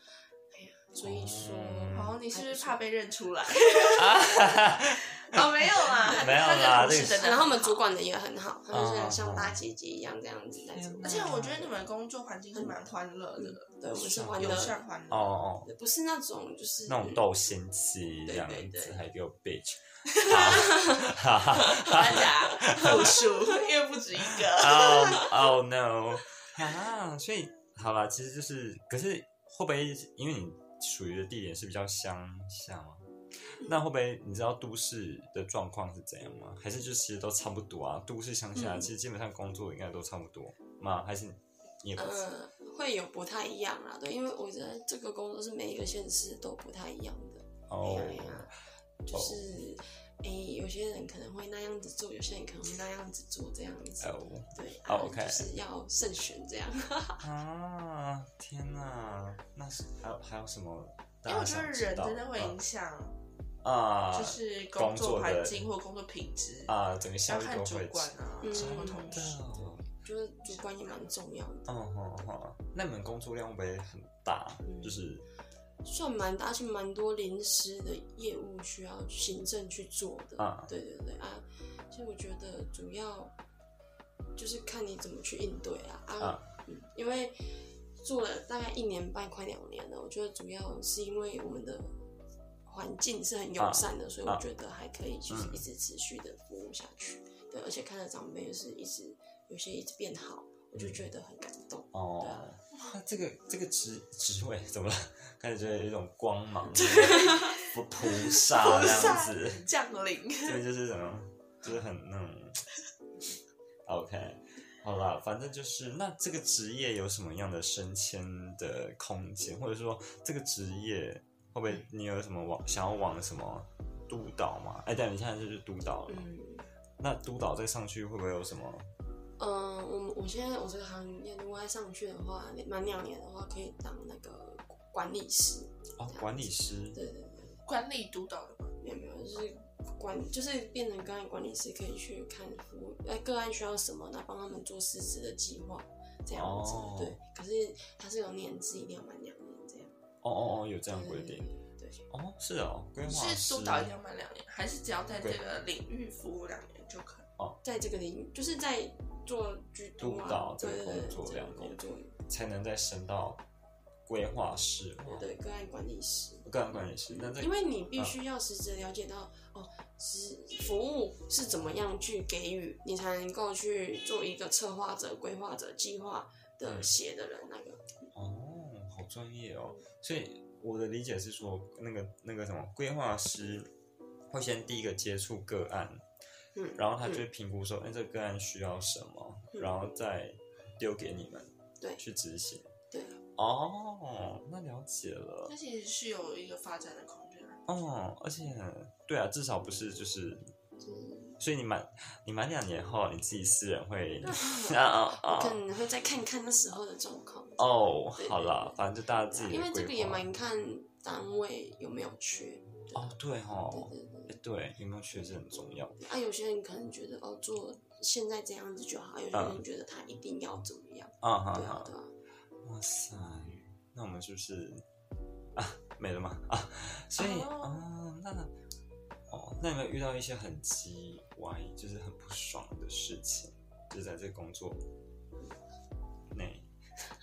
Speaker 3: 哎呀，所以说，
Speaker 1: 嗯
Speaker 2: 哦，你是不是怕被认出来？
Speaker 1: 啊哈哈
Speaker 2: 哦，没 有啦，
Speaker 1: 没有啦
Speaker 2: 他的同事
Speaker 1: 这
Speaker 2: 真
Speaker 1: 个
Speaker 2: 的。
Speaker 3: 然后我们主，管的也很好，他就
Speaker 1: 啊
Speaker 3: 是像大姐姐一样这样子在主
Speaker 1: 天哪
Speaker 2: 而且我觉得你们工作环境是蛮欢乐的，
Speaker 1: 嗯
Speaker 3: 对，我们是玩
Speaker 2: 友
Speaker 3: 的，
Speaker 2: 善欢乐。
Speaker 1: 哦哦，
Speaker 3: 不是那种就是
Speaker 1: 那种斗心
Speaker 3: 嗯
Speaker 1: 机这
Speaker 3: 对
Speaker 1: 样
Speaker 3: 对
Speaker 1: 子，
Speaker 3: 对
Speaker 1: 还给我 bitch，哈哈哈哈
Speaker 3: 嗯
Speaker 2: 大家复述，因为不止一个。
Speaker 1: 哦哦
Speaker 2: 嗯
Speaker 1: no 啊！所以好啦，其实就是，可是会不会因为你属于的地点是比较乡下吗？那会不会你知道都市的状况是怎样吗？还是就其实都差不多啊？都市乡下
Speaker 3: 嗯
Speaker 1: 其实基本上工作应该都差不多
Speaker 2: 嗯
Speaker 1: 吗？还是 你也不知
Speaker 3: 呃，会有不太一样啦，对，因为我觉得这个工作是每一个县市都不太一样的，
Speaker 1: 哦
Speaker 3: 哎呀，就是，哎、有些人可能会那样子做，有些人可能会那样子做，这样子，
Speaker 1: 哦
Speaker 3: 对，
Speaker 1: 哦
Speaker 3: 啊
Speaker 1: OK
Speaker 3: 就是要慎选这样。
Speaker 1: 啊！天哪，那是还有还有什么
Speaker 2: 因
Speaker 1: 大
Speaker 2: 为我
Speaker 1: 家
Speaker 2: 觉得
Speaker 1: 想知
Speaker 2: 人
Speaker 1: 道？
Speaker 2: 真的会
Speaker 1: 嗯
Speaker 2: 影响，
Speaker 1: 啊，
Speaker 2: 就是
Speaker 1: 工
Speaker 2: 工
Speaker 1: 作
Speaker 2: 作
Speaker 1: 的
Speaker 2: 环境或工作品质，
Speaker 1: 啊，整个效
Speaker 2: 要
Speaker 1: 率
Speaker 2: 看
Speaker 1: 都
Speaker 2: 主
Speaker 1: 会
Speaker 2: 管啊，
Speaker 3: 嗯
Speaker 2: 或
Speaker 1: 真的
Speaker 2: 同事。
Speaker 1: 哦
Speaker 3: 就是主观也蛮重要的，
Speaker 1: 哦哦哦，那你们工作量会不会很大？
Speaker 3: 嗯
Speaker 1: 就是
Speaker 3: 算蛮大，而且蛮多临时的业务需要行政去做的。
Speaker 1: 啊
Speaker 3: 对对对啊，所以我觉得主要就是看你怎么去应对啊啊，
Speaker 1: 啊
Speaker 3: 嗯因为做了大概一年半，快两年了，我觉得主要是因为我们的。环境是很友善的，所以我觉得还可以，就是
Speaker 1: 啊嗯
Speaker 3: 一直持续的服务下去。对，而且看着长辈就是一直有些一直变好，我
Speaker 1: 嗯
Speaker 3: 就觉得很感动。
Speaker 1: 哦
Speaker 3: 对啊，
Speaker 1: 那这个这个职职位怎么了？开始觉得有一种光芒，不 菩萨
Speaker 2: 菩
Speaker 1: 这样
Speaker 2: 萨
Speaker 1: 子，
Speaker 2: 降临，
Speaker 1: 这个就是什么，就是很那种。OK，好啦，反正就是那这个职业有什么样的升迁的空间，或者说这个职业会不会你有什么往想要往什么督导吗？哎，对，你现在就是督导了嘛，
Speaker 3: 嗯。
Speaker 1: 那督导再上去会不会有什么？
Speaker 3: 嗯，我们我现在我这个行业如果要上去的话，满两年的话可以当那个管理师。
Speaker 1: 哦，管理师
Speaker 3: 对对对，
Speaker 2: 管理督导的嘛。
Speaker 3: 没有没有，就是管就是变成个案管理师，可以去看服务呃个案需要什么，那帮他们做实质的计划这样子。
Speaker 1: 哦
Speaker 3: 对，可是它是有年资，一定要满两年这样。
Speaker 1: 哦哦哦，有这样规
Speaker 3: 对
Speaker 1: 定。
Speaker 3: 对，
Speaker 1: 哦，是哦，规划
Speaker 2: 是
Speaker 1: 师
Speaker 2: 督导一定要满两年，还是只要在这个领域服务两年就可以？
Speaker 3: 在这个领域就是在做居督
Speaker 1: 督
Speaker 3: 啊
Speaker 1: 导，这
Speaker 3: 对
Speaker 1: 个
Speaker 3: 对
Speaker 1: 工
Speaker 3: 对，
Speaker 1: 作
Speaker 3: 这
Speaker 1: 两
Speaker 3: 个工
Speaker 1: 年
Speaker 3: 作，
Speaker 1: 才能再升到规划师吗？
Speaker 3: 对个案管理师。
Speaker 1: 个人管理师。那这
Speaker 3: 因为你
Speaker 1: 嗯
Speaker 3: 必须要实质了解到、哦，是服务是怎么样去给予，你才能够去做一个策划者、规划者、计划的写的人那个。
Speaker 1: 哦，好专业哦。所以我的理解是说，那个那个什么规划师会先第一个接触个案，
Speaker 3: 嗯，
Speaker 1: 然后他就会评估说，哎、这个个案需要什么，
Speaker 3: 嗯
Speaker 1: 然后再丢给你们
Speaker 3: 对
Speaker 1: 去执行。
Speaker 3: 对，
Speaker 1: 哦，那了解了。
Speaker 2: 那其实是有一个发展的空间的。啊
Speaker 1: 哦，而且对啊，至少不是就是，
Speaker 3: 就是
Speaker 1: 所以你满你满两年后，你自己私人会 啊啊
Speaker 3: 可
Speaker 1: 啊
Speaker 3: 能会再看看那时候的状况。
Speaker 1: 哦，
Speaker 3: 对
Speaker 1: 好啦，反正就大家自己
Speaker 3: 因为这个也
Speaker 1: 规划
Speaker 3: 蛮看单位有没有缺。
Speaker 1: 哦，对哦，
Speaker 3: 对对
Speaker 1: 哎对，有没有缺是很重要
Speaker 3: 对，啊，有些人可能觉得哦，做现在这样子就好，有些人觉得他一定要怎么样。
Speaker 1: 嗯啊哈
Speaker 3: 对啊，
Speaker 1: 哈，
Speaker 3: 对啊，
Speaker 1: 哇塞，那我们是不是啊没了吗啊？所以
Speaker 2: 哦
Speaker 1: 啊那哦，那有没有遇到一些很鸡歪，就是很不爽的事情，就是在这个工作内？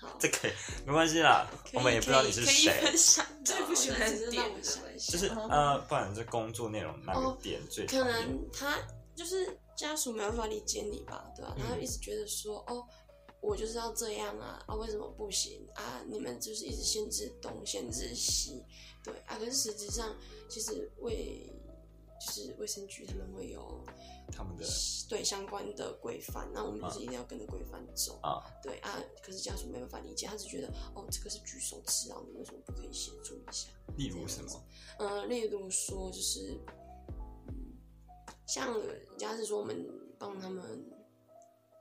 Speaker 3: 好，
Speaker 1: 这可以，没关系啦，
Speaker 3: 可以
Speaker 1: 我们也不知道你是
Speaker 3: 可以可以
Speaker 1: 谁
Speaker 3: 分，享到，
Speaker 2: 最不喜欢
Speaker 3: 我只是让
Speaker 2: 点
Speaker 3: 我
Speaker 2: 的
Speaker 3: 想一下，
Speaker 1: 就是呃，不然这工作内容哪个
Speaker 3: 哦
Speaker 1: 点最
Speaker 3: 可
Speaker 1: 讨厌
Speaker 3: 能他就是家属没办法理解你吧，对吧、
Speaker 1: 嗯
Speaker 3: 他一直觉得说，哦，我就是要这样啊，啊为什么不行啊？你们就是一直限制东，限制西，对啊。可是实际上，其实卫就是卫生局他们会有
Speaker 1: 他们的
Speaker 3: 对相关的规范，那我们就是一定要跟着规范走。
Speaker 1: 啊，
Speaker 3: 对啊，可是家属没办法理解，他只觉得哦，这个是举手之劳，你为什么不可以协助一下？
Speaker 1: 例如什么？
Speaker 3: 呃，例如说就是，嗯，像人家是说我们帮他们，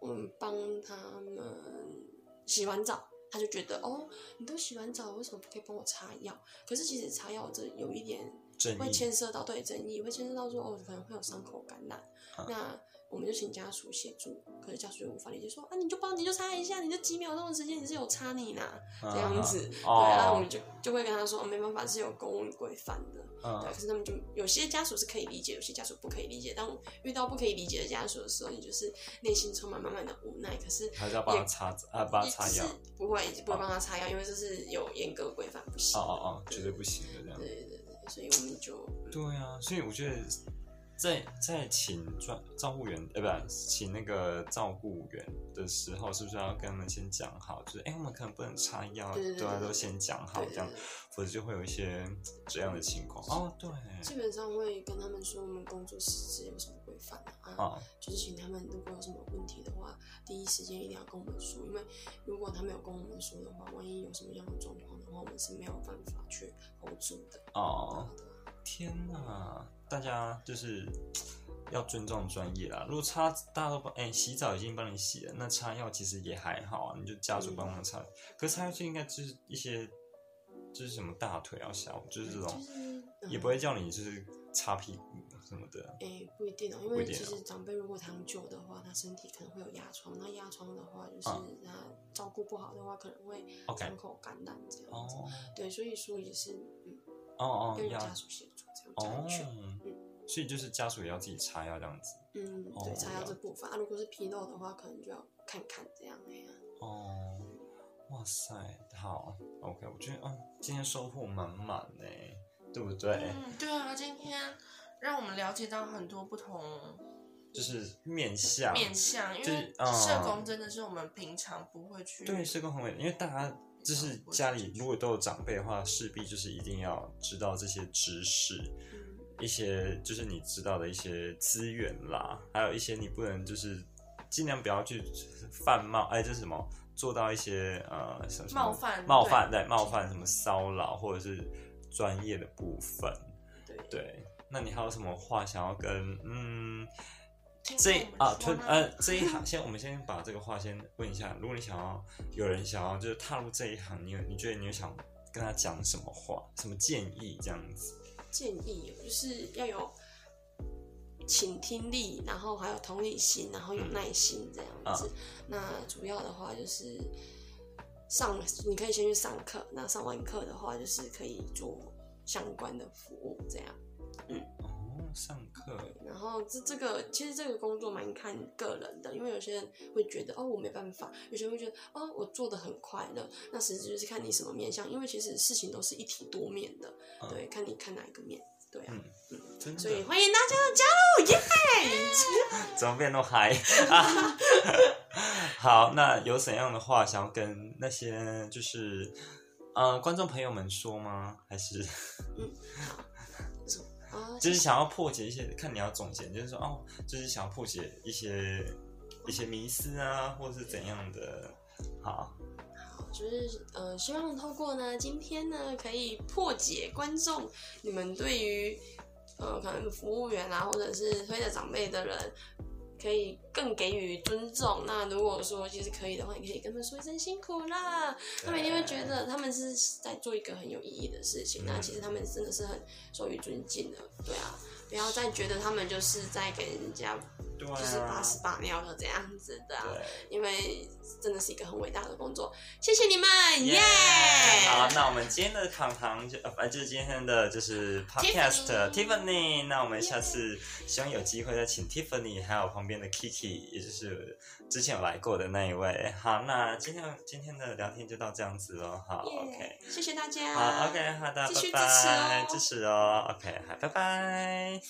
Speaker 3: 我们帮他们洗完澡，他就觉得哦，你都洗完澡，为什么不可以帮我擦药？可是其实擦药这有一点
Speaker 1: 正
Speaker 3: 会
Speaker 1: 义
Speaker 3: 牵涉到对争议，会牵涉到说哦，可能会有伤口感染，
Speaker 1: 啊
Speaker 3: 那我们就请家属协助，可是家属又无法理解说啊，你就帮你就擦一下，你就几秒钟的时间，你是有擦你呐这样子，
Speaker 1: 哦
Speaker 3: 对，啊然后我们就就会跟他说、哦没办法，是有公务规范的，对，
Speaker 1: 嗯
Speaker 3: 可是他们就有些家属是可以理解，有些家属不可以理解。当遇到不可以理解的家属的时候，你就是内心充满满满的无奈，可是
Speaker 1: 还是要帮他擦啊，帮他擦
Speaker 3: 也
Speaker 1: 药
Speaker 3: 就是不会不会帮他擦药，因为这是有严格规范，不行
Speaker 1: 哦
Speaker 3: 的。
Speaker 1: 哦哦，绝对不行的这样
Speaker 3: 对。对对对，所以我们就
Speaker 1: 对啊，所以我觉得在在请照照护员，呃，不，请那个照顾员的时候，是不是要跟他们先讲好？就是，哎、我们可能不能插药，
Speaker 3: 对对对
Speaker 1: 啊
Speaker 3: 对
Speaker 1: 都先讲好
Speaker 3: 对
Speaker 1: 这
Speaker 3: 对
Speaker 1: 样，
Speaker 3: 对
Speaker 1: 否则就会有一些这样的情况。哦，对，
Speaker 3: 基本上会跟他们说我们工作实质有什么规范啊，
Speaker 1: 哦，
Speaker 3: 就是请他们如果有什么问题的话，第一时间一定要跟我们说，因为如果他没有跟我们说的话，万一有什么样的状况的话，我们是没有办法去 hold 住的。
Speaker 1: 哦，
Speaker 3: 对啊
Speaker 1: 天哪，大家就是。要尊重专业啦。如果擦，大家都帮哎、洗澡已经帮你洗了，那擦药其实也还好啊，你就家属帮忙擦。可是擦药就应该就是一些，就是什么大腿啊、小，就是嗯这种，
Speaker 3: 就是
Speaker 1: 也不会叫你就是擦屁股什么的。
Speaker 3: 诶、不一定哦，因
Speaker 1: 不
Speaker 3: 为
Speaker 1: 一定
Speaker 3: 其
Speaker 1: 哦
Speaker 3: 实长辈如果躺久的话，他身体可能会有压疮，那压疮的话，就是
Speaker 1: 啊
Speaker 3: 他照顾不好的话，可能会
Speaker 1: OK
Speaker 3: 伤口感染这样子。
Speaker 1: 哦
Speaker 3: 对，所以说也是嗯，
Speaker 1: 哦哦，
Speaker 3: 跟
Speaker 1: 要
Speaker 3: 家属协助这样才
Speaker 1: 哦
Speaker 3: 安全。，
Speaker 1: 所以就是家属也要自己擦药这样子。
Speaker 3: 嗯，
Speaker 1: 哦
Speaker 3: 对，擦药
Speaker 1: 了
Speaker 3: 这部分啊，如果是皮肉的话，可能就要看看这样哎呀、
Speaker 1: 哦，哇塞，好，OK，我觉得嗯，今天收获满满呢，对不对？
Speaker 2: 嗯，对啊，今天让我们了解到很多不同
Speaker 1: 就是面相，
Speaker 2: 面向，因
Speaker 1: 就
Speaker 2: 为
Speaker 1: 是嗯
Speaker 2: 社工真的是我们平常不会去
Speaker 1: 对社工很伟大，因为大家。
Speaker 2: 啊
Speaker 1: 就是家里如果都有长辈的话，势必就是一定要知道这些知识，
Speaker 3: 嗯，
Speaker 1: 一些就是你知道的一些资源啦，还有一些你不能就是尽量不要去贩卖，哎，这是什么？做到一些呃什么什么
Speaker 2: 冒犯
Speaker 1: 冒犯对冒犯什么骚扰或者是专业的部分，
Speaker 3: 对
Speaker 1: 对。那你还有什么话想要跟嗯
Speaker 2: 听
Speaker 1: 这
Speaker 2: 我们
Speaker 1: 啊
Speaker 2: 说
Speaker 1: 吞
Speaker 2: 呢
Speaker 1: 呃这一行先我们先把这个话先问一下，如果你想要有人想要就是踏入这一行，你有你觉得你有想跟他讲什么话，什么建议这样子？
Speaker 3: 建议哦就是要有倾听力，然后还有同理心，然后有耐心这样
Speaker 1: 嗯
Speaker 3: 子。那主要的话就是上，你可以先去上课，那上完课的话就是可以做相关的服务这样。
Speaker 1: 哦，上课
Speaker 3: 然后这这个其实这个工作蛮看个人的，因为有些人会觉得哦我没办法，有些人会觉得哦我做的很快乐，那实质就是看你什么面向，因为其实事情都是一体多面的，
Speaker 1: 嗯
Speaker 3: 对，看你看哪一个面，对啊。
Speaker 1: 嗯真的
Speaker 3: 所以欢迎大家的加入，耶！
Speaker 1: 怎么变那么嗨？啊好，那有怎样的话想要跟那些就是呃观众朋友们说吗？还是
Speaker 3: 啊，
Speaker 1: 就是想要破解一些？看你要总结，就是说哦，就是想要破解一些一些迷思啊，或是怎样的？好，
Speaker 3: 好，就是呃，希望透过呢今天呢，可以破解观众你们对于呃可能服务员啊，或者是推着长辈的人。可以更给予尊重。那如果说其实可以的话，你可以跟他们说一声辛苦啦，他们一定会觉得他们是在做一个很有意义的事情，那其实他们真的是很受予尊敬的，对啊，不要再觉得他们就是在给人家
Speaker 1: 对
Speaker 3: 就
Speaker 1: 啊，
Speaker 3: 是把屎把尿的这样子的、啊，
Speaker 1: 对，
Speaker 3: 因为真的是一个很伟大的工作，谢谢你们，耶、
Speaker 1: 好，那我们今天的糖糖就呃，就是今天的就是 podcast Tiffany，那我们下次希望有机会再请 Tiffany，还有旁边的 Kiki，也就是之前有来过的那一位。好，那今天今天的聊天就到这样子喽。好
Speaker 3: 耶
Speaker 1: ，OK，
Speaker 3: 谢谢大家，
Speaker 1: 好，OK，好的，
Speaker 3: 继续
Speaker 1: 拜拜，
Speaker 3: 支持哦
Speaker 1: 支持哦，OK，好，拜拜。